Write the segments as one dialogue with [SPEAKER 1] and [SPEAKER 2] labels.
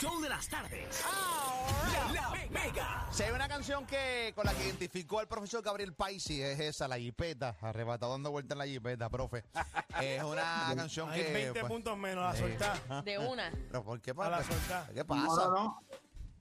[SPEAKER 1] show de las tardes. La Mega.
[SPEAKER 2] Si hay una canción que con la que identificó al profesor Gabriel Paisi, es esa, la jipeta, arrebatado dando vuelta en la jipeta, profe. Es una canción
[SPEAKER 3] Hay
[SPEAKER 2] que.
[SPEAKER 3] 20
[SPEAKER 2] pues,
[SPEAKER 3] puntos menos la
[SPEAKER 2] eh,
[SPEAKER 3] soltá.
[SPEAKER 4] De una.
[SPEAKER 2] ¿Pero por qué
[SPEAKER 3] A la
[SPEAKER 2] pasa?
[SPEAKER 3] soltá.
[SPEAKER 2] ¿Qué
[SPEAKER 5] No,
[SPEAKER 2] pasa?
[SPEAKER 5] no, no.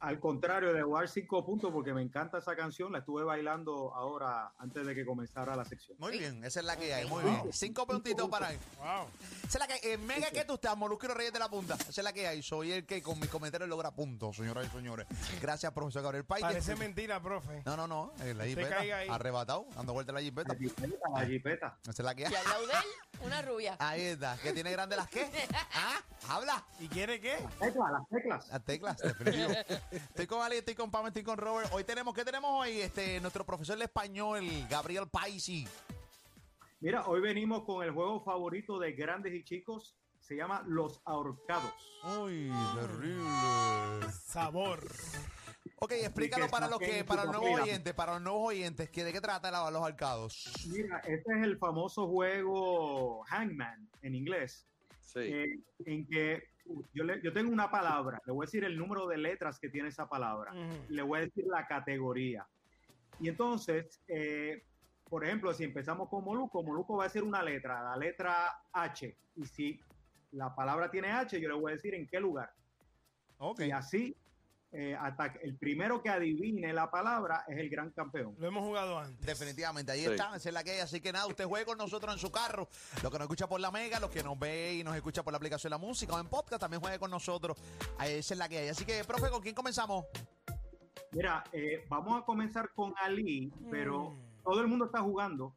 [SPEAKER 5] Al contrario, le voy a dar cinco puntos porque me encanta esa canción. La estuve bailando ahora antes de que comenzara la sección.
[SPEAKER 2] Muy bien, esa es la que hay, muy bien. Cinco puntitos para él.
[SPEAKER 3] Wow.
[SPEAKER 2] Esa es la que hay. En Mega que tú estás, Molusco y los Reyes de la Punta. Esa es la que hay. Soy el que con mis comentarios logra puntos, señoras y señores. Gracias, profesor Gabriel Paisi.
[SPEAKER 3] Parece mentira, profe.
[SPEAKER 2] No, no, no. eh, La jipeta.
[SPEAKER 3] caiga ahí.
[SPEAKER 2] Arrebatado, dando vuelta en la
[SPEAKER 5] La
[SPEAKER 2] jipeta.
[SPEAKER 5] jipeta, la jipeta.
[SPEAKER 2] Esa es la que hay.
[SPEAKER 4] Y al lado de él, una rubia.
[SPEAKER 2] Ahí está. ¿Qué tiene grande las qué? ¿Ah? Habla.
[SPEAKER 3] ¿Y quiere qué?
[SPEAKER 5] Tecla, las teclas.
[SPEAKER 2] Las teclas, definitivo. estoy con Ali, estoy con Pam, estoy con Robert. Hoy tenemos, ¿qué tenemos hoy? Este, nuestro profesor de español, Gabriel Paisi.
[SPEAKER 5] Mira, hoy venimos con el juego favorito de grandes y chicos. Se llama Los Ahorcados.
[SPEAKER 2] Uy, terrible.
[SPEAKER 3] Sabor.
[SPEAKER 2] Ok, explícalo
[SPEAKER 5] que
[SPEAKER 2] para
[SPEAKER 5] no
[SPEAKER 2] los que,
[SPEAKER 5] tiene
[SPEAKER 2] para los nuevos
[SPEAKER 5] psicopatía.
[SPEAKER 2] oyentes, para los nuevos oyentes, que de qué trata la- los arcados.
[SPEAKER 5] Mira, este es el famoso juego Hangman en inglés.
[SPEAKER 6] Sí.
[SPEAKER 5] eh, en que yo, le- yo tengo una palabra, le voy a decir el número de letras que tiene esa palabra,
[SPEAKER 3] Ujú.
[SPEAKER 5] le voy a decir la categoría. Y entonces, eh, por ejemplo, si empezamos con Moluco, Moluco va a decir una letra, la letra H. Y si la palabra tiene H, yo le voy a decir en qué lugar.
[SPEAKER 2] Ok.
[SPEAKER 5] Y así, eh, hasta que- el primero que adivine la palabra es el gran campeón.
[SPEAKER 3] Lo hemos jugado antes.
[SPEAKER 2] Definitivamente, ahí
[SPEAKER 6] Sí.
[SPEAKER 2] está, esa es la que hay. Así que nada, usted juegue con nosotros en su carro. Los que nos escucha por la Mega, los que nos ve y nos escucha por la aplicación de la música o en podcast, también juegue con nosotros. Ahí, Esa es la que hay. Así que, profe, ¿con quién comenzamos?
[SPEAKER 5] Mira, eh, vamos a comenzar con Ali, pero
[SPEAKER 3] Mm.
[SPEAKER 5] todo el mundo está jugando.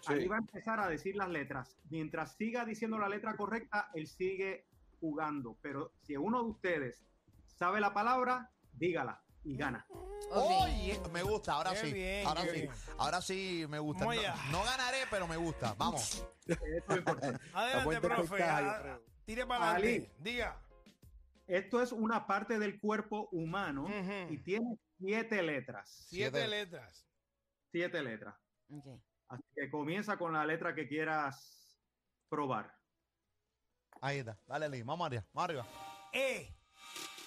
[SPEAKER 6] Sí.
[SPEAKER 5] Ali va a empezar a decir las letras. Mientras siga diciendo la letra correcta, él sigue jugando. Pero si uno de ustedes sabe la palabra, dígala y gana.
[SPEAKER 2] Oye, me gusta, ahora
[SPEAKER 3] Qué
[SPEAKER 2] sí.
[SPEAKER 3] bien,
[SPEAKER 2] ahora
[SPEAKER 3] qué
[SPEAKER 2] sí.
[SPEAKER 3] bien.
[SPEAKER 2] Ahora sí me gusta. No,
[SPEAKER 3] Muy bien.
[SPEAKER 2] no ganaré, pero me gusta. Vamos.
[SPEAKER 5] Eso es importante.
[SPEAKER 3] Adelante,
[SPEAKER 6] Aguanta
[SPEAKER 3] profe.
[SPEAKER 6] esta, yo
[SPEAKER 3] Ah,
[SPEAKER 6] creo.
[SPEAKER 3] Tire para adelante.
[SPEAKER 5] Ali.
[SPEAKER 3] Diga.
[SPEAKER 5] Esto es una parte del cuerpo humano
[SPEAKER 3] Ujú.
[SPEAKER 5] y tiene siete letras.
[SPEAKER 3] Siete
[SPEAKER 2] Siete.
[SPEAKER 3] letras.
[SPEAKER 5] Siete letras.
[SPEAKER 4] Ok.
[SPEAKER 5] Así que comienza con la letra que quieras probar.
[SPEAKER 2] Ahí está. Dale, Lee. Vamos arriba. Vamos arriba.
[SPEAKER 3] E.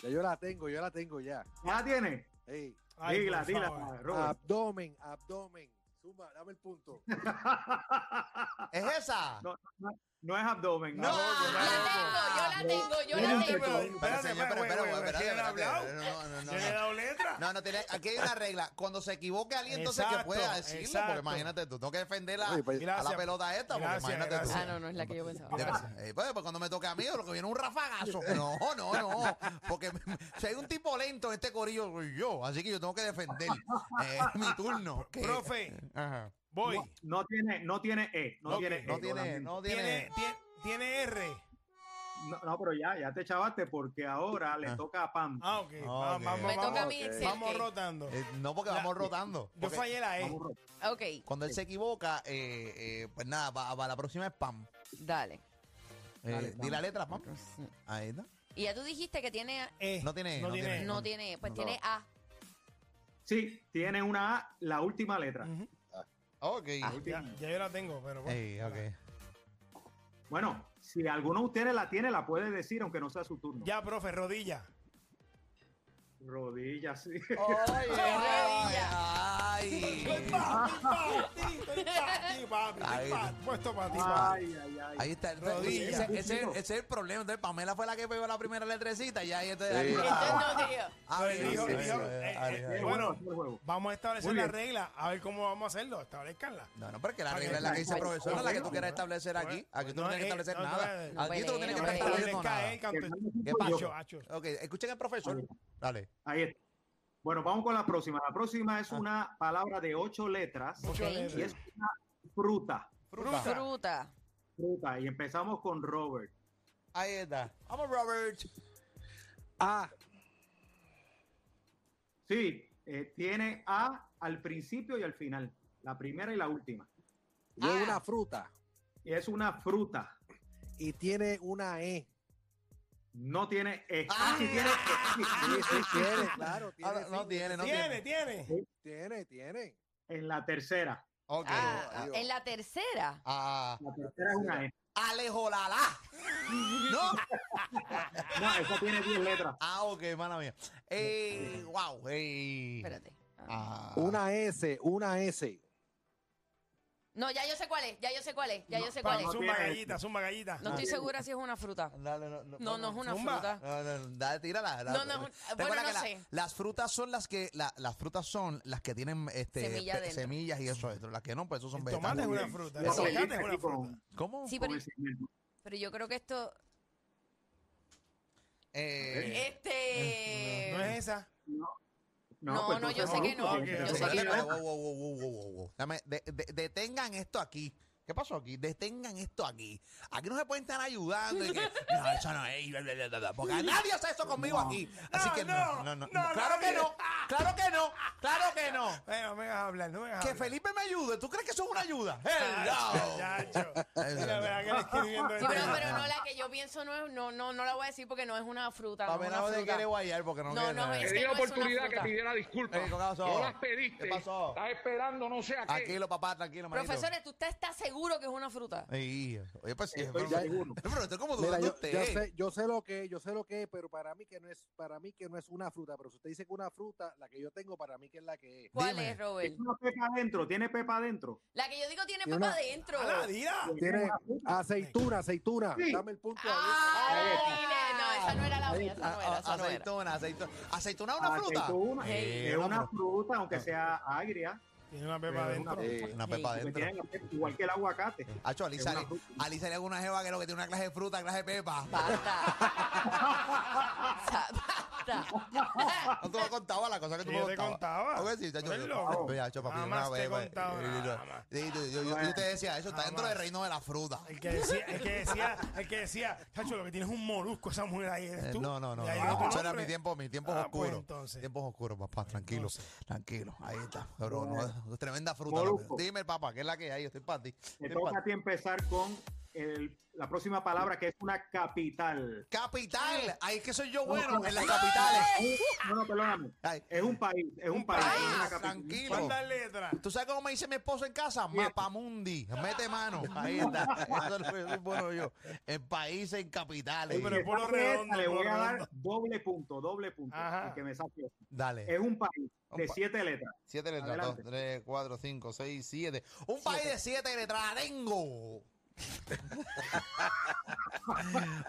[SPEAKER 6] Ya yo la tengo, yo la tengo ya.
[SPEAKER 5] ¿Ya tiene?
[SPEAKER 6] Ey,
[SPEAKER 3] Ay,
[SPEAKER 5] dígala,
[SPEAKER 3] por favor.
[SPEAKER 5] dígala, Robert.
[SPEAKER 6] abdomen, abdomen. Suma, dame el punto.
[SPEAKER 3] Ah.
[SPEAKER 2] ¿Es esa?
[SPEAKER 5] No, no, no es abdomen.
[SPEAKER 2] No.
[SPEAKER 4] Ah, La tengo, yo la
[SPEAKER 3] Espérate,
[SPEAKER 4] tengo, yo
[SPEAKER 3] pero-
[SPEAKER 4] la tengo.
[SPEAKER 2] Espera,
[SPEAKER 3] espérate,
[SPEAKER 2] señor,
[SPEAKER 3] espera,
[SPEAKER 2] espera,
[SPEAKER 3] espera,
[SPEAKER 2] espera,
[SPEAKER 3] ¿quién
[SPEAKER 2] espera,
[SPEAKER 3] ha hablado?
[SPEAKER 2] espera, no, no, no,
[SPEAKER 3] Yo le he
[SPEAKER 2] no.
[SPEAKER 3] dado letra.
[SPEAKER 2] No, no, tiene- aquí hay una regla. Cuando se equivoque alguien, entonces que
[SPEAKER 3] Exacto,
[SPEAKER 2] pueda decirlo. Porque
[SPEAKER 3] exacto.
[SPEAKER 2] imagínate tú, tengo que defender la-
[SPEAKER 6] Oye, pues,
[SPEAKER 2] a la
[SPEAKER 3] Gracias.
[SPEAKER 2] pelota esta. Porque
[SPEAKER 3] Gracias,
[SPEAKER 2] imagínate tú.
[SPEAKER 3] gracias.
[SPEAKER 4] Ah, no, no es la que yo pensaba.
[SPEAKER 2] De- eh, pues, pues, cuando me toque a mí, lo que viene es un rafagazo. No, no, no. Porque me- si hay un tipo lento en este corillo, soy yo. Así que yo tengo que defender. Eh, es mi turno. que-
[SPEAKER 3] Profe,
[SPEAKER 2] Ajá.
[SPEAKER 3] voy.
[SPEAKER 5] No tiene, no tiene E, no
[SPEAKER 3] Ok,
[SPEAKER 5] tiene E,
[SPEAKER 2] No
[SPEAKER 5] lo
[SPEAKER 2] tiene, E.
[SPEAKER 5] lamento.
[SPEAKER 2] no
[SPEAKER 3] Tiene,
[SPEAKER 2] tiene.
[SPEAKER 3] tiene, tiene R.
[SPEAKER 5] No, no, pero ya, ya te chavaste porque ahora le toca a Pam.
[SPEAKER 3] Ah, ok. Va-
[SPEAKER 2] Ok.
[SPEAKER 3] Vamos,
[SPEAKER 4] Me
[SPEAKER 3] vamos,
[SPEAKER 4] toca a mí,
[SPEAKER 6] ok.
[SPEAKER 2] E.
[SPEAKER 4] Excel,
[SPEAKER 3] vamos
[SPEAKER 4] ok.
[SPEAKER 3] rotando.
[SPEAKER 2] Eh, no, porque vamos rotando.
[SPEAKER 3] Yo
[SPEAKER 2] Porque
[SPEAKER 3] fallé la E.
[SPEAKER 5] Vamos, Ro.
[SPEAKER 4] Ok,
[SPEAKER 2] Cuando él se equivoca, eh, eh, pues nada, para la próxima es Pam.
[SPEAKER 4] dale.
[SPEAKER 2] Eh, di la letra, Pam. Ahí está.
[SPEAKER 4] Y ya tú dijiste que tiene. A-
[SPEAKER 3] E.
[SPEAKER 2] No tiene E,
[SPEAKER 3] No
[SPEAKER 2] no
[SPEAKER 3] tiene E.
[SPEAKER 4] No tiene, pues
[SPEAKER 2] No.
[SPEAKER 4] tiene A.
[SPEAKER 5] Sí, tiene una A, la última letra.
[SPEAKER 3] Ujú.
[SPEAKER 2] Ok.
[SPEAKER 4] Ah.
[SPEAKER 3] Mm, Ya, ya yo la tengo, pero bueno.
[SPEAKER 2] Ey, E, ok.
[SPEAKER 5] Bueno, si alguno de ustedes la tiene, la puede decir, aunque no sea su turno.
[SPEAKER 3] Ya, profe, rodilla.
[SPEAKER 5] Rodillas, sí.
[SPEAKER 2] Oye,
[SPEAKER 4] maravilla.
[SPEAKER 2] ay.
[SPEAKER 3] Estoy pa' ti, papi, estoy pa' ti, Puesto para ti, papi.
[SPEAKER 5] Ay, ay, ay.
[SPEAKER 2] Ahí está. entonces,
[SPEAKER 3] Rodilla.
[SPEAKER 2] Ese, ese- ese es el problema. Entonces, Pamela fue la que pegó la primera letrecita y ahí entonces.
[SPEAKER 6] Sí.
[SPEAKER 4] Entonces no, tío.
[SPEAKER 2] Ah,
[SPEAKER 3] Pero
[SPEAKER 2] sí,
[SPEAKER 3] dijo-
[SPEAKER 2] sí,
[SPEAKER 3] dijo,
[SPEAKER 2] sí,
[SPEAKER 3] eh,
[SPEAKER 2] ahí,
[SPEAKER 3] eh,
[SPEAKER 2] ahí.
[SPEAKER 5] Qué
[SPEAKER 3] bueno,
[SPEAKER 5] fue el juego.
[SPEAKER 3] Vamos a establecer
[SPEAKER 5] Muy
[SPEAKER 3] la
[SPEAKER 5] bien.
[SPEAKER 3] regla, a ver cómo vamos a hacerlo. Establezcanla.
[SPEAKER 2] No, no, porque la
[SPEAKER 3] Ok,
[SPEAKER 2] regla es la que dice el
[SPEAKER 4] ok,
[SPEAKER 2] profesor,
[SPEAKER 5] ok,
[SPEAKER 2] no es la que tú
[SPEAKER 5] ok.
[SPEAKER 2] quieras establecer aquí. Aquí tú no
[SPEAKER 3] No,
[SPEAKER 2] tienes que
[SPEAKER 3] eh,
[SPEAKER 2] establecer
[SPEAKER 3] no,
[SPEAKER 2] nada.
[SPEAKER 3] no,
[SPEAKER 2] Aquí tú no
[SPEAKER 4] no,
[SPEAKER 2] tienes que estar
[SPEAKER 4] no, no,
[SPEAKER 2] estableciendo
[SPEAKER 3] Establezca
[SPEAKER 2] nada.
[SPEAKER 3] el campeón.
[SPEAKER 2] ¿Qué
[SPEAKER 3] Acho,
[SPEAKER 2] pasó?
[SPEAKER 3] acho.
[SPEAKER 2] Ok, escuchen al profesor. Dale.
[SPEAKER 5] Ahí está. Bueno, vamos con la próxima. La próxima es una palabra de ocho letras
[SPEAKER 3] Ocho
[SPEAKER 4] Ok.
[SPEAKER 3] letras.
[SPEAKER 5] y es una fruta.
[SPEAKER 3] Fruta.
[SPEAKER 4] Fruta.
[SPEAKER 5] Fruta. Y empezamos con Robert.
[SPEAKER 2] Ahí está. Vamos, Robert.
[SPEAKER 6] Ah,
[SPEAKER 5] Sí, eh, tiene A al principio y al final, la primera y la última.
[SPEAKER 6] y es una fruta
[SPEAKER 5] Y es una fruta,
[SPEAKER 6] y tiene una E.
[SPEAKER 5] no tiene E.
[SPEAKER 2] Ah.
[SPEAKER 5] Ah, sí tiene
[SPEAKER 6] Sí,
[SPEAKER 5] E.
[SPEAKER 6] sí, tiene, claro, tiene.
[SPEAKER 2] Ah, no
[SPEAKER 6] sí,
[SPEAKER 2] tiene, no
[SPEAKER 3] Tiene,
[SPEAKER 2] tiene.
[SPEAKER 3] tiene.
[SPEAKER 6] Tiene, tiene.
[SPEAKER 5] En la tercera.
[SPEAKER 2] Ok.
[SPEAKER 4] Ah,
[SPEAKER 6] Dios.
[SPEAKER 4] en la tercera.
[SPEAKER 2] Ah,
[SPEAKER 5] La tercera es una E.
[SPEAKER 2] Alejolala. ¿No?
[SPEAKER 5] No, esa tiene 10 letras.
[SPEAKER 2] Ah, ok, mala mía. Eh, wow. eh.
[SPEAKER 4] Espérate. Ah.
[SPEAKER 2] Ah.
[SPEAKER 6] Una S, una S.
[SPEAKER 4] No, ya yo sé cuál es, ya yo sé cuál es, ya yo sé cuál
[SPEAKER 5] no
[SPEAKER 4] es.
[SPEAKER 5] tiene
[SPEAKER 3] Zumba
[SPEAKER 5] eso.
[SPEAKER 3] gallita, zumba gallita.
[SPEAKER 4] No estoy segura si es una fruta.
[SPEAKER 2] Dale, no,
[SPEAKER 4] No, no es una
[SPEAKER 3] Zumba.
[SPEAKER 4] fruta.
[SPEAKER 2] No, no, no, dale, tírala. la-
[SPEAKER 4] No, no, es un-
[SPEAKER 2] Recuerda
[SPEAKER 4] bueno, no
[SPEAKER 2] que la-
[SPEAKER 4] sé.
[SPEAKER 2] las frutas son las que la- las frutas son las que tienen este,
[SPEAKER 4] Semilla
[SPEAKER 2] pe-
[SPEAKER 4] dentro.
[SPEAKER 2] semillas y eso dentro. Las que no, pues eso son
[SPEAKER 3] El tomate es
[SPEAKER 2] vegetales.
[SPEAKER 3] una
[SPEAKER 5] Bien.
[SPEAKER 3] fruta,
[SPEAKER 5] Le
[SPEAKER 3] el aguacate
[SPEAKER 5] conseguiste
[SPEAKER 3] es una
[SPEAKER 5] aquí con-
[SPEAKER 3] fruta.
[SPEAKER 2] ¿Cómo?
[SPEAKER 4] Sí,
[SPEAKER 5] con
[SPEAKER 4] pero,
[SPEAKER 5] el cimiento.
[SPEAKER 4] pero yo creo que esto.
[SPEAKER 2] Eh,
[SPEAKER 4] Este.
[SPEAKER 3] eh, No es esa.
[SPEAKER 4] No,
[SPEAKER 5] pues
[SPEAKER 4] no, yo
[SPEAKER 5] entonces
[SPEAKER 4] sé que no,
[SPEAKER 5] Molusco,
[SPEAKER 3] yo
[SPEAKER 5] porque
[SPEAKER 3] sé
[SPEAKER 5] Molusco
[SPEAKER 4] que
[SPEAKER 5] tiene
[SPEAKER 4] no.
[SPEAKER 5] letras.
[SPEAKER 2] Wow, wow, wow, wow, wow, wow, wow. Dame, de- de- detengan esto aquí. ¿Qué pasó aquí? Detengan esto aquí. Aquí no se pueden estar ayudando. Y que, no, eso no es. y bla, bla, bla, bla, bla, Porque nadie hace eso conmigo aquí. Así
[SPEAKER 3] No,
[SPEAKER 2] que
[SPEAKER 3] no,
[SPEAKER 2] no, no, no.
[SPEAKER 3] no,
[SPEAKER 2] Claro que
[SPEAKER 3] nadie.
[SPEAKER 2] no. Claro que no. Claro que no.
[SPEAKER 3] Bueno, no me vas a hablar, no me vas a
[SPEAKER 2] Que
[SPEAKER 3] hablar.
[SPEAKER 2] Felipe me ayude. ¿Tú crees que eso es una ayuda?
[SPEAKER 3] Chacho,
[SPEAKER 2] Hello.
[SPEAKER 3] chacho. Mira, mira, que le escribiendo
[SPEAKER 4] Sí, pero,
[SPEAKER 3] este-
[SPEAKER 4] pero no, la que yo pienso no es, no, no, no la voy a decir porque no es una fruta. No,
[SPEAKER 2] Para
[SPEAKER 4] es
[SPEAKER 2] ver
[SPEAKER 4] una
[SPEAKER 2] nada de
[SPEAKER 4] fruta.
[SPEAKER 2] quiere guayar porque no
[SPEAKER 4] No,
[SPEAKER 2] quiere
[SPEAKER 4] no,
[SPEAKER 2] nada.
[SPEAKER 4] es-
[SPEAKER 7] Te
[SPEAKER 4] que
[SPEAKER 7] di la
[SPEAKER 4] no es una
[SPEAKER 7] oportunidad que
[SPEAKER 4] fruta.
[SPEAKER 7] pidiera disculpas.
[SPEAKER 2] Eh, ¿qué pasó?
[SPEAKER 7] No las
[SPEAKER 2] ¿Qué
[SPEAKER 7] pediste.
[SPEAKER 2] pasó? Ah,
[SPEAKER 7] Estás esperando, no sé a qué.
[SPEAKER 2] Tranquilo, papá, tranquilo, manito.
[SPEAKER 4] Profesores, ¿tú usted está seguro que es una fruta?
[SPEAKER 2] Ey, oye, pues sí,
[SPEAKER 5] Estoy
[SPEAKER 2] pero-
[SPEAKER 5] seguro.
[SPEAKER 2] Pero esto es como
[SPEAKER 6] Mira,
[SPEAKER 2] dudando
[SPEAKER 6] yo,
[SPEAKER 2] usted.
[SPEAKER 6] yo sé, yo sé lo que, yo sé lo que es, pero para mí que no es, para mí que no es una fruta. Pero si usted dice que una fruta, la que yo tengo, para mí que es la que es.
[SPEAKER 4] ¿Cuál
[SPEAKER 2] Dime.
[SPEAKER 4] es, Robert?
[SPEAKER 5] Tiene una pepa adentro, tiene pepa adentro.
[SPEAKER 4] La que yo digo tiene
[SPEAKER 6] Tiene
[SPEAKER 4] pepa
[SPEAKER 6] una-
[SPEAKER 4] adentro.
[SPEAKER 3] ¡Hala,
[SPEAKER 2] Ah,
[SPEAKER 3] dila!
[SPEAKER 6] Tiene aceituna, aceituna.
[SPEAKER 5] Sí.
[SPEAKER 6] Dame el punto.
[SPEAKER 4] Ah,
[SPEAKER 6] ahí.
[SPEAKER 4] la vine. No, esa no era la mía, esa no
[SPEAKER 2] A-
[SPEAKER 4] era,
[SPEAKER 2] a-
[SPEAKER 4] esa no era.
[SPEAKER 2] aceituna, aceituna. ¿Aceituna es una fruta?
[SPEAKER 5] Aceituna,
[SPEAKER 2] Eh,
[SPEAKER 5] Ah, Es
[SPEAKER 2] una
[SPEAKER 5] una fruta, aunque sea agria,
[SPEAKER 3] Tiene una pepa
[SPEAKER 5] Pero una
[SPEAKER 3] adentro.
[SPEAKER 6] Eh,
[SPEAKER 2] Una pepa
[SPEAKER 5] porque
[SPEAKER 2] adentro.
[SPEAKER 5] tiene la pepa igual que el aguacate.
[SPEAKER 2] Hacho,
[SPEAKER 5] Es
[SPEAKER 2] Alisa,
[SPEAKER 5] una
[SPEAKER 2] le-
[SPEAKER 5] fruta.
[SPEAKER 2] Alisa le hago una jeva que lo que tiene una clase de fruta, clase de pepa.
[SPEAKER 4] Basta. O sea, basta.
[SPEAKER 2] No te lo contaba la cosa que tú
[SPEAKER 3] Sí,
[SPEAKER 2] me
[SPEAKER 3] yo te
[SPEAKER 2] contabas.
[SPEAKER 3] contaba.
[SPEAKER 2] ¿Por qué sí, chacho?
[SPEAKER 3] Eres loco.
[SPEAKER 2] Oye, chacho, papi,
[SPEAKER 3] Jamás
[SPEAKER 2] una
[SPEAKER 3] te
[SPEAKER 2] vez,
[SPEAKER 3] he contado
[SPEAKER 2] eh, eh,
[SPEAKER 3] nada
[SPEAKER 2] eh,
[SPEAKER 3] más.
[SPEAKER 2] sí, yo- yo- yo- Yo te decía, eso está dentro
[SPEAKER 3] Jamás.
[SPEAKER 2] del reino de la fruta.
[SPEAKER 3] El que decía, el que decía, el que decía, chacho, lo que tienes es un molusco, esa mujer ahí eres
[SPEAKER 2] Eh,
[SPEAKER 3] tú.
[SPEAKER 2] No, no, no.
[SPEAKER 3] Y ahí
[SPEAKER 2] no,
[SPEAKER 3] viene tu
[SPEAKER 2] eso era
[SPEAKER 3] nombre.
[SPEAKER 2] mi tiempo, mi tiempo
[SPEAKER 3] Ah, pues,
[SPEAKER 2] oscuro.
[SPEAKER 3] entonces. Pues
[SPEAKER 2] Tiempos oscuros, papá. Tranquilo,
[SPEAKER 3] entonces. Pues
[SPEAKER 2] tranquilo. Ahí está. Pero no, tremenda fruta.
[SPEAKER 5] Molusco.
[SPEAKER 2] loco. Dime, papá, ¿qué es la que hay? Yo estoy para ti.
[SPEAKER 5] Te
[SPEAKER 2] Estoy pa'
[SPEAKER 5] toca a
[SPEAKER 2] ti.
[SPEAKER 5] ti empezar con el- la próxima palabra, que es una capital.
[SPEAKER 2] Capital. Ahí es que soy yo bueno
[SPEAKER 5] no,
[SPEAKER 2] en las capitales.
[SPEAKER 5] No, no, perdóname.
[SPEAKER 2] Ay.
[SPEAKER 5] Es un país, es un país. es una
[SPEAKER 2] Ah,
[SPEAKER 5] capital.
[SPEAKER 2] tranquilo.
[SPEAKER 3] ¿Cuántas letras?
[SPEAKER 2] ¿Tú sabes cómo me dice mi esposo en casa? Mapamundi. Mete mano. Ahí está. Eso es lo que soy bueno yo. En países, en capitales.
[SPEAKER 3] Oye, pero-
[SPEAKER 5] Si
[SPEAKER 3] polo
[SPEAKER 5] saco esta,
[SPEAKER 3] redondo,
[SPEAKER 5] le voy
[SPEAKER 3] polo
[SPEAKER 5] a dar
[SPEAKER 3] redondo.
[SPEAKER 5] doble punto, doble punto.
[SPEAKER 3] Ajá.
[SPEAKER 5] el que me saque esta.
[SPEAKER 2] Dale.
[SPEAKER 5] Es un país
[SPEAKER 2] Un
[SPEAKER 5] de
[SPEAKER 2] pa-
[SPEAKER 5] siete letras.
[SPEAKER 2] Siete letras.
[SPEAKER 5] eh, Adelante.
[SPEAKER 2] Dos, tres, cuatro, cinco, seis, siete. Un país de siete letras. ¡La tengo!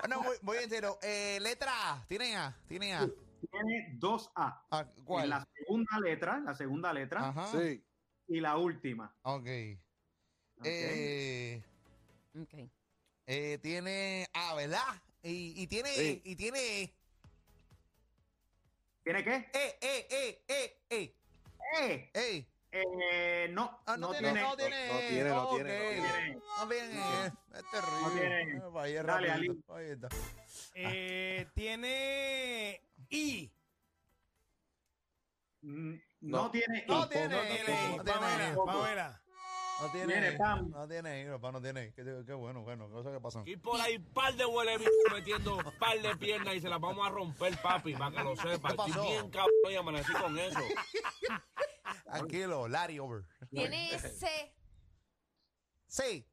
[SPEAKER 2] no, voy, voy entero. Eh, letra A. ¿Tiene A? ¿Tiene A?
[SPEAKER 5] Tiene dos A.
[SPEAKER 2] Ah,
[SPEAKER 5] En
[SPEAKER 2] ¿Cuál?
[SPEAKER 5] la segunda letra, la segunda letra
[SPEAKER 2] Ajá.
[SPEAKER 6] Sí.
[SPEAKER 5] y la última.
[SPEAKER 2] Ok.
[SPEAKER 5] ¿ok?
[SPEAKER 2] Eh,
[SPEAKER 4] Ok.
[SPEAKER 2] eh, tiene A, ¿verdad? Y, y tiene
[SPEAKER 6] Sí.
[SPEAKER 2] Y tiene E.
[SPEAKER 5] ¿Tiene qué?
[SPEAKER 2] Eh, eh, eh, eh, eh.
[SPEAKER 5] Eh,
[SPEAKER 2] eh.
[SPEAKER 5] eh, no,
[SPEAKER 2] Ah, no, tiene, no tiene,
[SPEAKER 6] no tiene, no
[SPEAKER 2] ok.
[SPEAKER 6] tiene,
[SPEAKER 5] no tiene.
[SPEAKER 2] No tiene, eh. es terrible.
[SPEAKER 5] tiene.
[SPEAKER 2] Eh, pa' ahí es
[SPEAKER 5] Dale,
[SPEAKER 2] rapidito,
[SPEAKER 5] Ali.
[SPEAKER 2] pa' ahí está. Ah.
[SPEAKER 3] Eh, tiene I.
[SPEAKER 5] Mm, No,
[SPEAKER 6] No.
[SPEAKER 5] tiene.
[SPEAKER 2] Ah, No
[SPEAKER 5] I.
[SPEAKER 2] tiene,
[SPEAKER 3] No tiene I.
[SPEAKER 2] no tiene
[SPEAKER 3] Pamela,
[SPEAKER 2] I.
[SPEAKER 3] Pamela.
[SPEAKER 2] No tiene,
[SPEAKER 5] Tiene, pam.
[SPEAKER 2] no tiene, no, pa, no tiene. Qué, qué bueno, bueno, cosas que pasan.
[SPEAKER 7] Y por ahí par de huele metiendo par de piernas y se las vamos a romper, papi, para que lo sepas.
[SPEAKER 2] ¿Qué pasó?
[SPEAKER 7] Estoy bien cabrón y amanecí con eso.
[SPEAKER 2] Tranquilo, Larry over.
[SPEAKER 4] Tiene C,
[SPEAKER 2] Sí,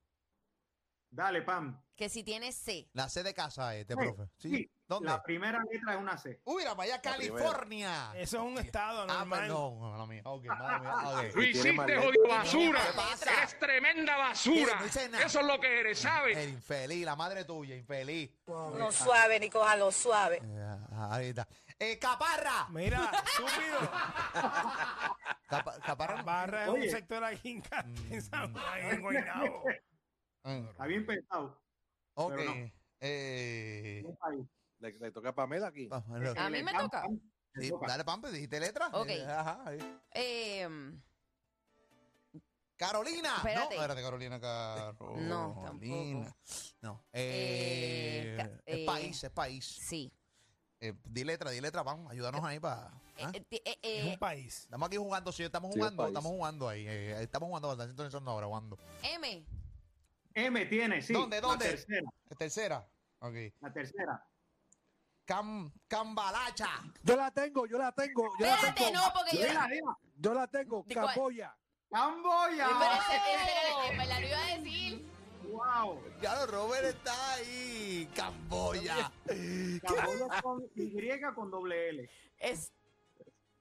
[SPEAKER 5] Dale, Pam.
[SPEAKER 4] que si tiene C.
[SPEAKER 2] la C de casa, este
[SPEAKER 5] Sí,
[SPEAKER 2] profe. Sí.
[SPEAKER 5] sí.
[SPEAKER 2] ¿Dónde?
[SPEAKER 5] La primera letra es una C.
[SPEAKER 2] Uy, la vaya California.
[SPEAKER 3] Eso es un estado
[SPEAKER 2] Ah,
[SPEAKER 3] normal.
[SPEAKER 2] perdón, mala mía. Ok, mala mía.
[SPEAKER 7] Lo
[SPEAKER 2] ok.
[SPEAKER 6] tiene más
[SPEAKER 7] hiciste,
[SPEAKER 6] letras.
[SPEAKER 7] jodido basura.
[SPEAKER 4] ¿Qué pasa?
[SPEAKER 7] Eres tremenda basura.
[SPEAKER 2] No hice nada.
[SPEAKER 7] Eso es lo que eres, ¿sabes?
[SPEAKER 2] El infeliz, la madre tuya, infeliz.
[SPEAKER 8] No suave, Nico, a lo suave.
[SPEAKER 2] Eh, ahí está. Eh, caparra.
[SPEAKER 3] Mira, estúpido.
[SPEAKER 2] Capa- caparra. no.
[SPEAKER 3] Barra es un
[SPEAKER 5] Oye.
[SPEAKER 3] sector aquí en Cate- en San Juan, en Guaynabo.
[SPEAKER 2] Mm,
[SPEAKER 5] Está bien pensado.
[SPEAKER 2] Ok.
[SPEAKER 5] pero no.
[SPEAKER 2] Eh,
[SPEAKER 5] Un país.
[SPEAKER 6] Le, le toca a Pamela aquí.
[SPEAKER 2] vamos, lo-
[SPEAKER 4] A mí me
[SPEAKER 5] Pam,
[SPEAKER 4] toca.
[SPEAKER 5] Pam, te
[SPEAKER 2] sí,
[SPEAKER 5] toca.
[SPEAKER 2] dale, Pampe, dijiste letra.
[SPEAKER 4] Ah. Ok.
[SPEAKER 2] Eh, ajá, ahí.
[SPEAKER 4] Eh,
[SPEAKER 2] Carolina.
[SPEAKER 4] Espérate.
[SPEAKER 2] No, espérate, Carolina. Carolina.
[SPEAKER 4] No, tampoco.
[SPEAKER 2] No. Eh,
[SPEAKER 4] Eh, ca-
[SPEAKER 2] es
[SPEAKER 4] eh.
[SPEAKER 2] país, es país.
[SPEAKER 4] sí.
[SPEAKER 2] Eh, di letra, di letra, vamos, ayúdanos ahí para. ¿ah?
[SPEAKER 4] Eh, ti- eh,
[SPEAKER 3] Es
[SPEAKER 4] eh,
[SPEAKER 3] un país.
[SPEAKER 2] Estamos aquí jugando, sí, estamos
[SPEAKER 6] Sí, es
[SPEAKER 2] jugando,
[SPEAKER 6] país.
[SPEAKER 2] estamos jugando ahí. eh, estamos jugando bastante, sintonizando ahora, jugando.
[SPEAKER 4] M,
[SPEAKER 5] M tiene, sí.
[SPEAKER 2] ¿Dónde, dónde?
[SPEAKER 5] La tercera.
[SPEAKER 2] Tercera. Ok.
[SPEAKER 5] La tercera.
[SPEAKER 2] Cam, cambalacha.
[SPEAKER 6] Yo la tengo, yo la tengo, yo la
[SPEAKER 4] Espérate,
[SPEAKER 6] tengo.
[SPEAKER 4] no, porque yo.
[SPEAKER 5] Dila, dila.
[SPEAKER 6] Yo la tengo,
[SPEAKER 4] ¿De cuál?
[SPEAKER 6] Camboya.
[SPEAKER 5] ¡Camboya!
[SPEAKER 4] eh, Pero ese- ese era el- en verdad lo iba a decir.
[SPEAKER 5] wow.
[SPEAKER 2] Ya lo Robert está ahí. Camboya.
[SPEAKER 5] Camboya con Y con doble L.
[SPEAKER 4] Es,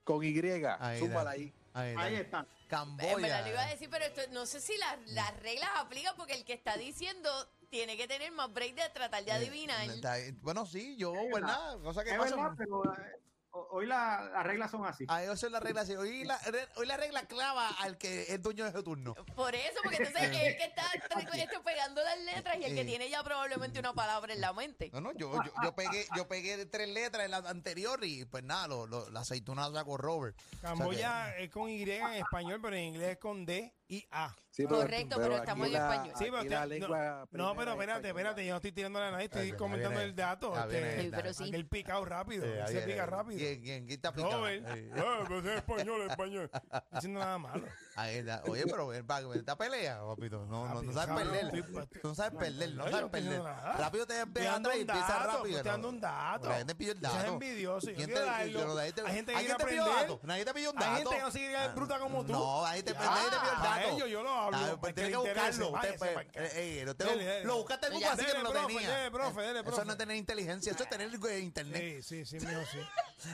[SPEAKER 6] Con Y,
[SPEAKER 2] Ahí,
[SPEAKER 6] súmala
[SPEAKER 2] dale.
[SPEAKER 6] ahí.
[SPEAKER 2] Ahí,
[SPEAKER 5] Ahí
[SPEAKER 2] dale.
[SPEAKER 5] está.
[SPEAKER 4] en verdad eh, lo iba a
[SPEAKER 2] Camboya.
[SPEAKER 4] decir, pero esto, no sé si las, las reglas aplican porque el que está diciendo tiene que tener más break de tratar de adivinar.
[SPEAKER 2] Eh, está ahí. Bueno, sí, yo,
[SPEAKER 5] Es
[SPEAKER 2] ¿verdad? Cosa que
[SPEAKER 5] Es
[SPEAKER 2] pasa.
[SPEAKER 5] verdad, pero eh, ho- hoy la- las reglas son así.
[SPEAKER 2] Ahí eso es la regla. sí. Hoy la, re- hoy la regla clava al que es dueño de su turno.
[SPEAKER 4] Por eso, porque entonces es el que está tra- esto, pegando las letras y el
[SPEAKER 2] Eh.
[SPEAKER 4] que tiene ya probablemente una palabra en la mente.
[SPEAKER 2] No, no, yo, yo, yo pegué, yo pegué tres letras en la anterior y pues nada, lo, lo- la aceituna la sacó Robert. O sea que-
[SPEAKER 3] Camboya es con Y en español, pero en inglés es con D y A.
[SPEAKER 6] Sí,
[SPEAKER 4] Correcto, pero
[SPEAKER 6] aquí
[SPEAKER 4] estamos en
[SPEAKER 6] la-
[SPEAKER 4] español.
[SPEAKER 3] Sí,
[SPEAKER 6] aquí
[SPEAKER 3] pero
[SPEAKER 6] la
[SPEAKER 3] usted-
[SPEAKER 6] lengua
[SPEAKER 3] No,
[SPEAKER 6] primera
[SPEAKER 3] pero
[SPEAKER 6] es
[SPEAKER 3] espérate,
[SPEAKER 6] española.
[SPEAKER 3] espérate, yo no estoy tirando la nadie,
[SPEAKER 2] Ah,
[SPEAKER 3] estoy
[SPEAKER 2] bien,
[SPEAKER 3] comentando
[SPEAKER 2] ahí viene.
[SPEAKER 3] el dato.
[SPEAKER 2] Ah,
[SPEAKER 3] este,
[SPEAKER 2] viene,
[SPEAKER 4] Uy, pero
[SPEAKER 2] dale.
[SPEAKER 4] sí.
[SPEAKER 3] Aquel picado rápido,
[SPEAKER 2] Eh,
[SPEAKER 3] él
[SPEAKER 2] ahí
[SPEAKER 3] se
[SPEAKER 2] viene,
[SPEAKER 3] pica
[SPEAKER 2] ahí viene.
[SPEAKER 3] rápido.
[SPEAKER 2] ¿Quién, quién, quién está picando?
[SPEAKER 3] Robert,
[SPEAKER 2] Ahí-
[SPEAKER 3] eh, pues es español, español. No diciendo nada malo.
[SPEAKER 2] ahí está. Oye, pero ven, pa- esta pelea, papito. No, no, no
[SPEAKER 3] Rápido,
[SPEAKER 2] sabes
[SPEAKER 3] cabrón,
[SPEAKER 2] perder.
[SPEAKER 3] estoy- estoy-
[SPEAKER 2] Tú no sabes perder, no
[SPEAKER 3] Yo
[SPEAKER 2] sabes
[SPEAKER 3] no pienso
[SPEAKER 2] perder.
[SPEAKER 3] nada.
[SPEAKER 2] Rápido te
[SPEAKER 3] Estoy
[SPEAKER 2] despejas
[SPEAKER 3] dando
[SPEAKER 2] atrás y
[SPEAKER 3] un
[SPEAKER 2] empiezas
[SPEAKER 3] dato,
[SPEAKER 2] rápido.
[SPEAKER 3] estoy dando un dato.
[SPEAKER 2] La gente pide el dato.
[SPEAKER 3] Seas envidioso, yo
[SPEAKER 2] ¿Quién
[SPEAKER 3] quiero
[SPEAKER 2] te-
[SPEAKER 3] darlo.
[SPEAKER 2] yo- nadie te-
[SPEAKER 3] Hay gente que
[SPEAKER 2] ¿alguien
[SPEAKER 3] quiere
[SPEAKER 2] te pidió
[SPEAKER 3] aprender.
[SPEAKER 2] dato? Nadie te pidió un dato.
[SPEAKER 3] Hay gente que no se quiere quedar bruta como tú.
[SPEAKER 2] No, ahí te,
[SPEAKER 3] Ah,
[SPEAKER 2] nadie te pidió el
[SPEAKER 3] a
[SPEAKER 2] dato.
[SPEAKER 3] ellos yo los hablo,
[SPEAKER 2] Ah, pues
[SPEAKER 3] para
[SPEAKER 2] tiene
[SPEAKER 3] que
[SPEAKER 2] que
[SPEAKER 3] le interese,
[SPEAKER 2] buscarlo. Usted,
[SPEAKER 3] váyase
[SPEAKER 2] pues,
[SPEAKER 3] para acá.
[SPEAKER 2] eh, eh, usted
[SPEAKER 3] Dele,
[SPEAKER 2] lo-
[SPEAKER 3] dele.
[SPEAKER 2] Lo buscaste en Google,
[SPEAKER 3] Ya,
[SPEAKER 2] así que
[SPEAKER 3] dele,
[SPEAKER 2] no lo
[SPEAKER 3] profe,
[SPEAKER 2] tenía.
[SPEAKER 3] dele, profe, dele,
[SPEAKER 2] Eso
[SPEAKER 3] profe.
[SPEAKER 2] no es tener inteligencia, eso es tener eh, internet.
[SPEAKER 3] Sí, sí, sí, mijo, sí.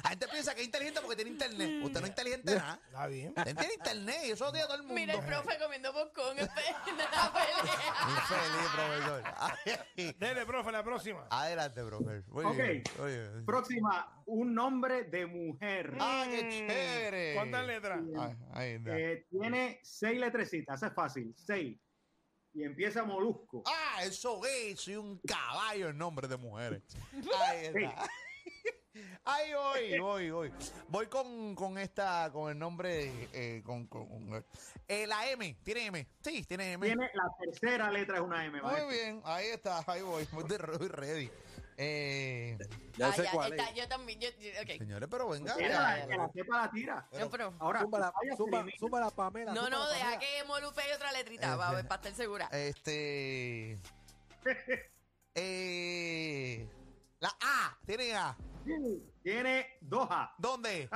[SPEAKER 2] La gente piensa que es inteligente porque tiene internet. Usted no es inteligente nada.
[SPEAKER 3] Está bien.
[SPEAKER 2] Usted tiene internet y eso lo tiene todo el mundo.
[SPEAKER 4] Mira el profe comiendo bocón en la pelea.
[SPEAKER 2] Infeliz, profesor. Ay,
[SPEAKER 3] Dele, profe, la próxima.
[SPEAKER 2] Adelante, profesor. Muy
[SPEAKER 5] Ok.
[SPEAKER 2] bien. muy bien.
[SPEAKER 5] Próxima, un nombre de mujer.
[SPEAKER 2] Ah, qué chévere.
[SPEAKER 3] ¿Cuántas letras?
[SPEAKER 2] Ay, ahí está.
[SPEAKER 5] Eh, tiene seis letrecitas, eso es fácil, seis. Y empieza Molusco.
[SPEAKER 2] Ah, eso es, soy un caballo en nombre de mujeres. Ahí está. Ahí voy, voy, voy. Voy con, con esta, con el nombre, eh, con, con- con- eh, la M, tiene M, sí, tiene M.
[SPEAKER 5] Tiene la tercera letra es una M.
[SPEAKER 2] Muy
[SPEAKER 5] maestro.
[SPEAKER 2] bien, ahí está, ahí voy, muy de re- ready. Eh,
[SPEAKER 6] Ya
[SPEAKER 4] Ah,
[SPEAKER 6] sé
[SPEAKER 4] ya,
[SPEAKER 6] cuál
[SPEAKER 4] está,
[SPEAKER 6] es.
[SPEAKER 4] yo también, yo, yo- ok.
[SPEAKER 2] señores, pero venga.
[SPEAKER 5] Mira,
[SPEAKER 4] Ya,
[SPEAKER 5] la-
[SPEAKER 4] ya,
[SPEAKER 5] que la sepa la tira.
[SPEAKER 4] No, pero-
[SPEAKER 5] Ahora,
[SPEAKER 6] Súmala,
[SPEAKER 5] vaya a
[SPEAKER 6] súmala,
[SPEAKER 5] escribir.
[SPEAKER 6] súmala, Pamela.
[SPEAKER 4] no, no,
[SPEAKER 6] súmala,
[SPEAKER 4] deja
[SPEAKER 6] Pamela.
[SPEAKER 4] que Molu pegue otra letrita,
[SPEAKER 2] Eh,
[SPEAKER 4] va, a
[SPEAKER 2] eh.
[SPEAKER 4] ver, para estar segura.
[SPEAKER 2] Este. eh, la A, tiene A.
[SPEAKER 5] tiene dos A,
[SPEAKER 2] ¿Dónde?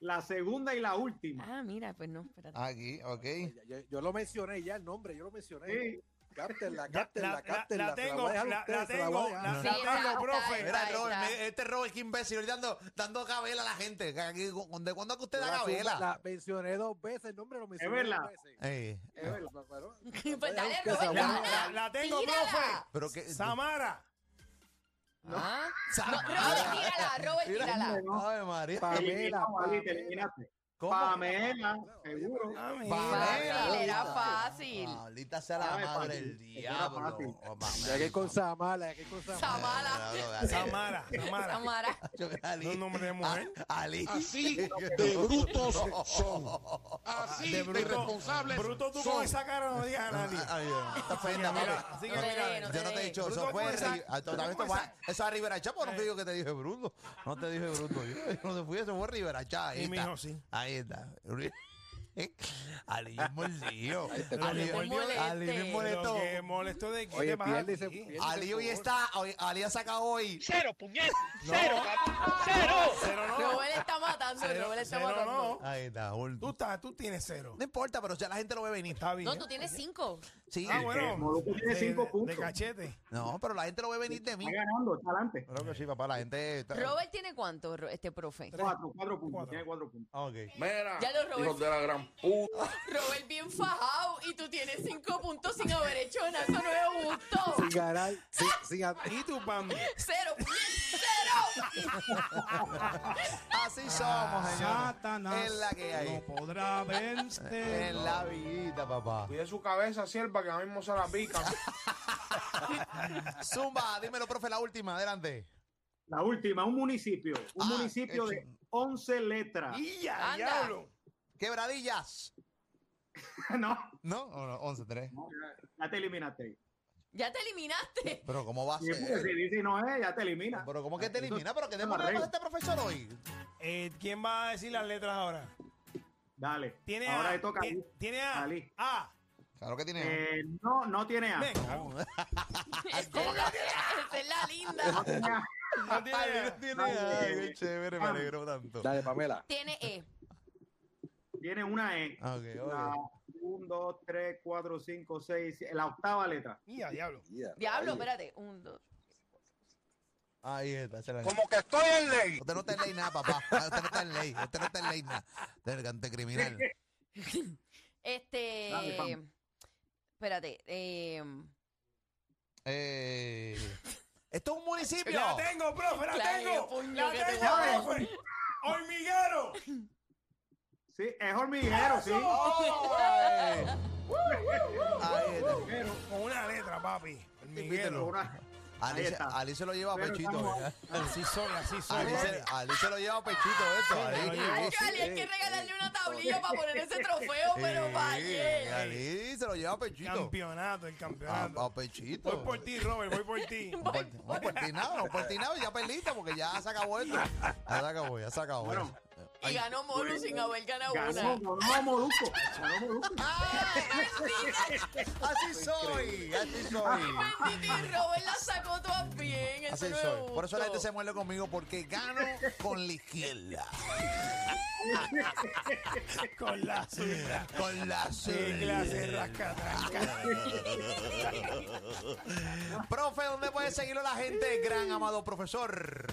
[SPEAKER 5] la segunda y la última.
[SPEAKER 4] Ah, mira, pues no, espérate.
[SPEAKER 2] Aquí, ok.
[SPEAKER 6] Ya, Yo, yo lo mencioné ya el nombre, yo lo mencioné.
[SPEAKER 5] Sí.
[SPEAKER 6] Cáptenla,
[SPEAKER 3] La,
[SPEAKER 6] cáptenla,
[SPEAKER 3] la-
[SPEAKER 6] cáptenla,
[SPEAKER 3] la
[SPEAKER 6] se
[SPEAKER 3] tengo,
[SPEAKER 6] voy
[SPEAKER 3] la,
[SPEAKER 6] a dejar a
[SPEAKER 3] la
[SPEAKER 6] ustedes, se voy a
[SPEAKER 3] tengo,
[SPEAKER 6] dejar.
[SPEAKER 3] la,
[SPEAKER 4] Sí,
[SPEAKER 3] la
[SPEAKER 4] está,
[SPEAKER 3] tengo,
[SPEAKER 4] está,
[SPEAKER 3] profe.
[SPEAKER 4] está.
[SPEAKER 2] Mira, Robert,
[SPEAKER 4] está.
[SPEAKER 2] me- este Robert, qué imbécil, hoy dando, dando cabela a la gente. Aquí, ¿cu- ¿De cuándo es que usted da
[SPEAKER 6] La suma-
[SPEAKER 2] cabela?
[SPEAKER 6] La mencioné dos veces, el nombre lo mencioné
[SPEAKER 5] verdad.
[SPEAKER 6] dos veces.
[SPEAKER 2] Eh,
[SPEAKER 6] Es verdad. Pero,
[SPEAKER 4] Pues dale,
[SPEAKER 6] que se
[SPEAKER 4] Robert,
[SPEAKER 3] La,
[SPEAKER 6] aguante.
[SPEAKER 4] gana.
[SPEAKER 3] la- la tengo,
[SPEAKER 4] Tírala.
[SPEAKER 3] profe.
[SPEAKER 2] pero que.
[SPEAKER 3] Samara.
[SPEAKER 4] Ah.
[SPEAKER 2] Sa-
[SPEAKER 4] Robert, tírala, Robert, tírala.
[SPEAKER 2] Ay, María.
[SPEAKER 6] Pamela,
[SPEAKER 5] Eliminado, ahí te
[SPEAKER 6] Pamela.
[SPEAKER 5] eliminaste.
[SPEAKER 2] ¿Cómo?
[SPEAKER 5] Pamela,
[SPEAKER 6] No, oye,
[SPEAKER 5] seguro.
[SPEAKER 6] pero-
[SPEAKER 4] Fácil,
[SPEAKER 2] Pamela.
[SPEAKER 4] era fácil.
[SPEAKER 2] Maldita sea la
[SPEAKER 5] Ay,
[SPEAKER 2] madre
[SPEAKER 5] fácil.
[SPEAKER 2] del
[SPEAKER 5] Eso era
[SPEAKER 2] diablo.
[SPEAKER 5] fácil.
[SPEAKER 2] Oh, Pamela.
[SPEAKER 6] Ya que con Samala, ya que con Samala.
[SPEAKER 4] Samara.
[SPEAKER 2] Samara.
[SPEAKER 3] Samara, Samara.
[SPEAKER 4] Samara.
[SPEAKER 2] Yo que Ali.
[SPEAKER 3] No es nombre de mujer.
[SPEAKER 2] Ah, Ali.
[SPEAKER 9] Así de brutos son. Así de,
[SPEAKER 3] bruto-
[SPEAKER 9] irresponsables
[SPEAKER 3] Bruto, tú con
[SPEAKER 9] son.
[SPEAKER 3] esa cara no
[SPEAKER 2] Ah,
[SPEAKER 3] digas a nadie.
[SPEAKER 2] Ay, Dios, esta ofenda,
[SPEAKER 3] Mira,
[SPEAKER 2] papi.
[SPEAKER 3] así que
[SPEAKER 4] No te
[SPEAKER 3] mira, eh,
[SPEAKER 4] dé, no
[SPEAKER 2] Yo no te he
[SPEAKER 4] Sí.
[SPEAKER 2] dicho
[SPEAKER 3] Bruto
[SPEAKER 2] eso. Fue
[SPEAKER 3] con esa-
[SPEAKER 2] Ri- ah,
[SPEAKER 3] Bruto
[SPEAKER 2] también
[SPEAKER 3] con
[SPEAKER 2] fue-
[SPEAKER 3] esa- Eh.
[SPEAKER 2] Eso a Rivera Chá, pues no fui yo que te dije Bruto. No te dije Bruto. Yo, yo no te fui, eso fue Rivera Chá. Ahí
[SPEAKER 3] Sí,
[SPEAKER 2] está.
[SPEAKER 3] mijo, sí.
[SPEAKER 2] Ahí está. Ali es mordido.
[SPEAKER 4] Ali es moleste.
[SPEAKER 2] Ali me
[SPEAKER 3] Pero
[SPEAKER 2] molestó.
[SPEAKER 3] que molesto de que
[SPEAKER 6] Oye,
[SPEAKER 3] te vas
[SPEAKER 6] pierde
[SPEAKER 3] aquí.
[SPEAKER 6] ese- pierde
[SPEAKER 2] Ali
[SPEAKER 6] ese
[SPEAKER 2] hoy
[SPEAKER 6] favor.
[SPEAKER 2] está, hoy- Ali ha sacado hoy.
[SPEAKER 9] Cero, puñet. Cero, cap- cero.
[SPEAKER 3] Cero no.
[SPEAKER 4] Robert está matando,
[SPEAKER 3] Cero,
[SPEAKER 4] Robert está
[SPEAKER 3] cero
[SPEAKER 4] matando.
[SPEAKER 3] no.
[SPEAKER 2] Ahí está,
[SPEAKER 3] Tú,
[SPEAKER 2] Bulto.
[SPEAKER 3] estás, tú tienes cero.
[SPEAKER 2] No importa, pero ya la gente lo ve venir.
[SPEAKER 3] Está bien.
[SPEAKER 4] No, tú tienes cinco.
[SPEAKER 2] Sí.
[SPEAKER 3] Ah, bueno.
[SPEAKER 5] Molusco tiene
[SPEAKER 3] De-
[SPEAKER 5] cinco
[SPEAKER 3] de-
[SPEAKER 5] puntos.
[SPEAKER 3] De cachete.
[SPEAKER 2] No, pero la gente lo ve venir de mí.
[SPEAKER 5] Está ganando, está adelante.
[SPEAKER 2] Creo que sí, papá, la gente. está-
[SPEAKER 4] Robert tiene cuánto, Ro- este profe.
[SPEAKER 5] Cuatro, cuatro puntos.
[SPEAKER 3] Cuatro.
[SPEAKER 5] Tiene cuatro puntos.
[SPEAKER 2] Ok.
[SPEAKER 9] Mira,
[SPEAKER 4] Ya lo robé.
[SPEAKER 9] hijos de la gran puta.
[SPEAKER 4] Robert bien fajado y tú tienes cinco puntos sin haber hecho nada. Eso no es
[SPEAKER 6] Sin
[SPEAKER 4] justo.
[SPEAKER 6] ganar, sin, sin a-
[SPEAKER 3] Y tu pan.
[SPEAKER 4] Cero, cero.
[SPEAKER 2] Así
[SPEAKER 3] Ah,
[SPEAKER 2] somos, señores.
[SPEAKER 3] Satanás.
[SPEAKER 2] Es la que hay.
[SPEAKER 3] No podrá verte.
[SPEAKER 2] En la villita, papá.
[SPEAKER 9] Cuide su cabeza, sierva, que ahora mismo se la pican.
[SPEAKER 2] Zumba, dímelo, profe, la última, adelante.
[SPEAKER 5] La última, un municipio. Un
[SPEAKER 2] Ah,
[SPEAKER 5] municipio
[SPEAKER 2] qué
[SPEAKER 5] de 11 letras.
[SPEAKER 3] Y ya,
[SPEAKER 4] Anda.
[SPEAKER 3] diablo.
[SPEAKER 2] Quebradillas.
[SPEAKER 5] no,
[SPEAKER 2] ¿No? ¿O no? 11-3.
[SPEAKER 5] ya te eliminaste.
[SPEAKER 4] Ya te eliminaste.
[SPEAKER 2] Pero ¿cómo va a
[SPEAKER 5] Sí, porque
[SPEAKER 2] ser?
[SPEAKER 5] si dice no es, ya te elimina.
[SPEAKER 2] Ah, Pero ¿cómo que te
[SPEAKER 5] Eso-
[SPEAKER 2] elimina? ¿Pero qué
[SPEAKER 5] eso
[SPEAKER 2] te
[SPEAKER 5] es la
[SPEAKER 2] pasa
[SPEAKER 5] regla.
[SPEAKER 2] este profesor hoy?
[SPEAKER 3] Eh, ¿Quién va a decir las letras ahora?
[SPEAKER 5] Dale.
[SPEAKER 3] Tiene
[SPEAKER 5] Ahora
[SPEAKER 3] a,
[SPEAKER 5] le toca a
[SPEAKER 3] ti-
[SPEAKER 5] Ali.
[SPEAKER 3] Tiene a.
[SPEAKER 5] Ali.
[SPEAKER 3] A.
[SPEAKER 2] Claro que tiene.
[SPEAKER 5] Eh, no, no tiene A.
[SPEAKER 3] Ven.
[SPEAKER 4] Esa es la, esa es la
[SPEAKER 5] No
[SPEAKER 4] linda.
[SPEAKER 5] tiene A.
[SPEAKER 3] No tiene
[SPEAKER 2] Ay,
[SPEAKER 3] A.
[SPEAKER 2] no tiene. Ay, qué chévere, me
[SPEAKER 5] Ah.
[SPEAKER 2] alegro tanto.
[SPEAKER 6] Dale, Pamela.
[SPEAKER 4] Tiene E.
[SPEAKER 5] Viene una E.
[SPEAKER 2] Ah, ok, ok.
[SPEAKER 5] La, un, dos, tres, cuatro, cinco, seis, siete, la octava letra.
[SPEAKER 3] Mira, diablo.
[SPEAKER 4] Diablo, espérate. Un, dos.
[SPEAKER 2] Ahí está, se la
[SPEAKER 9] Como que estoy en ley.
[SPEAKER 2] Usted no está en ley nada, papá. Usted no está en ley. Usted no está en ley nada. Delgante criminal.
[SPEAKER 4] Este.
[SPEAKER 5] Dale, Pam.
[SPEAKER 4] espérate. Eh,
[SPEAKER 2] Eh, Esto es un municipio.
[SPEAKER 3] ¡La tengo, profe! ¡La
[SPEAKER 4] Claro,
[SPEAKER 3] tengo!
[SPEAKER 4] puño,
[SPEAKER 3] ¡La
[SPEAKER 4] que te
[SPEAKER 3] tengo,
[SPEAKER 4] voy a dar.
[SPEAKER 3] profe! ¡Hormiguero!
[SPEAKER 5] Sí, es hormiguero, sí.
[SPEAKER 2] Ay. Ahí está.
[SPEAKER 5] Hormiguero.
[SPEAKER 3] Con una letra, papi.
[SPEAKER 5] Pero
[SPEAKER 3] Hormiguero.
[SPEAKER 5] una- Ahí
[SPEAKER 2] Alice,
[SPEAKER 5] está.
[SPEAKER 2] Alice lo lleva a
[SPEAKER 5] Pero
[SPEAKER 2] pechito.
[SPEAKER 5] estamos-
[SPEAKER 2] ¿verdad?
[SPEAKER 3] Así soy,
[SPEAKER 9] Ah,
[SPEAKER 3] así soy.
[SPEAKER 2] Alice, Alice lo lleva a pechito esto.
[SPEAKER 3] Sí,
[SPEAKER 2] Alice,
[SPEAKER 3] lo lleva.
[SPEAKER 4] Ay,
[SPEAKER 2] sí, Eh,
[SPEAKER 4] Cali, hay que regalarle una tablilla para poner ese trofeo, pero
[SPEAKER 2] sí,
[SPEAKER 4] para ayer.
[SPEAKER 2] Alice lo lleva a pechito.
[SPEAKER 3] Campeonato, el
[SPEAKER 2] A,
[SPEAKER 9] Ah,
[SPEAKER 3] campeonato.
[SPEAKER 2] a pechito.
[SPEAKER 3] Voy por ti, Robert, voy por ti.
[SPEAKER 2] No por- No, por ti nada, no por ti nada, ya perdiste porque ya se acabó esto. Ya se acabó, ya se acabó.
[SPEAKER 5] Bueno.
[SPEAKER 4] Y
[SPEAKER 2] Ay,
[SPEAKER 4] ganó Molu sin haber ganado
[SPEAKER 5] Ganó,
[SPEAKER 4] una. Ah,
[SPEAKER 5] ganó Molusco. Ganó Molusco.
[SPEAKER 2] así soy, así soy.
[SPEAKER 4] Bendito y Robert la sacó todas bien. Eso
[SPEAKER 2] Así
[SPEAKER 4] no me
[SPEAKER 2] soy. Por eso la gente
[SPEAKER 4] gustó.
[SPEAKER 2] se muerde conmigo porque gano con la izquierda.
[SPEAKER 3] Con la suya.
[SPEAKER 2] Con la
[SPEAKER 3] Sí, clase
[SPEAKER 2] zurda.
[SPEAKER 3] rascatranca.
[SPEAKER 2] Profe, ¿dónde puede seguirlo la gente, gran amado profesor?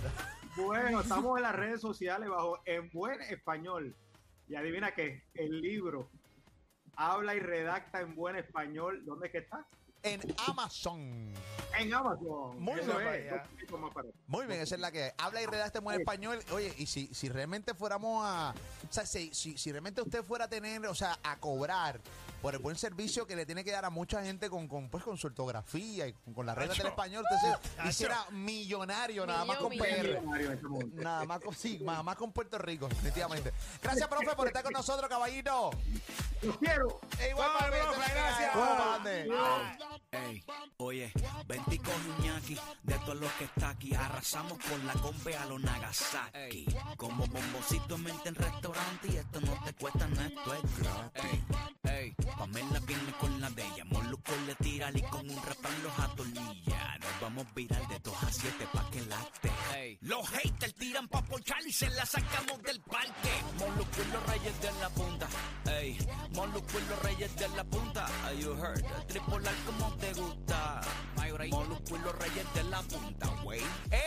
[SPEAKER 5] Bueno, estamos en las redes sociales bajo En Buen Español. Y adivina qué, el libro Habla y redacta en buen español. ¿Dónde es que está?
[SPEAKER 2] En Amazon.
[SPEAKER 5] En Amazon.
[SPEAKER 3] Muy
[SPEAKER 5] Eso
[SPEAKER 3] bien,
[SPEAKER 5] es,
[SPEAKER 3] vaya.
[SPEAKER 5] dos pesitos más para-
[SPEAKER 2] Muy bien, esa es la que hay. habla y redacta en buen español. Oye, y si, si realmente fuéramos a. O sea, si, si, si realmente usted fuera a tener, o sea, a cobrar por el buen servicio que le tiene que dar a mucha gente con, con, pues, con su ortografía y con, con la regla del
[SPEAKER 3] Nacho.
[SPEAKER 2] español, usted se
[SPEAKER 3] Nacho.
[SPEAKER 2] hiciera millonario nada más con
[SPEAKER 4] Millonario.
[SPEAKER 2] PR.
[SPEAKER 5] Millonario en este mundo.
[SPEAKER 2] Nada más con, sí, nada más con Puerto Rico, definitivamente. Gracias, profe, por estar con nosotros, caballito.
[SPEAKER 5] Los quiero.
[SPEAKER 2] E igual,
[SPEAKER 3] Vamos,
[SPEAKER 2] papi,
[SPEAKER 3] profe,
[SPEAKER 2] se me
[SPEAKER 3] gracias.
[SPEAKER 2] cae,
[SPEAKER 3] Vamos.
[SPEAKER 2] compadre.
[SPEAKER 1] Ey, oye, vente con Iñaki, de todos los que está aquí, arrasamos con la combe a los Nagasaki. Como bombocito en mente en restaurante y esto no te cuesta nada, esto es gratis. Ey, Pamela viene con la de ella, Moluco le tira y con un refrán los atornilla. Nos vamos viral de 2 a 7 pa' que late. Los haters tiran pa' ponchar y se la sacamos del parque. Moluco y los reyes de la punta. Ey, Moluco y los reyes de la punta. Ay, you heard, tripolar como te gusta. Moluco y los reyes de la punta, wey. Ey.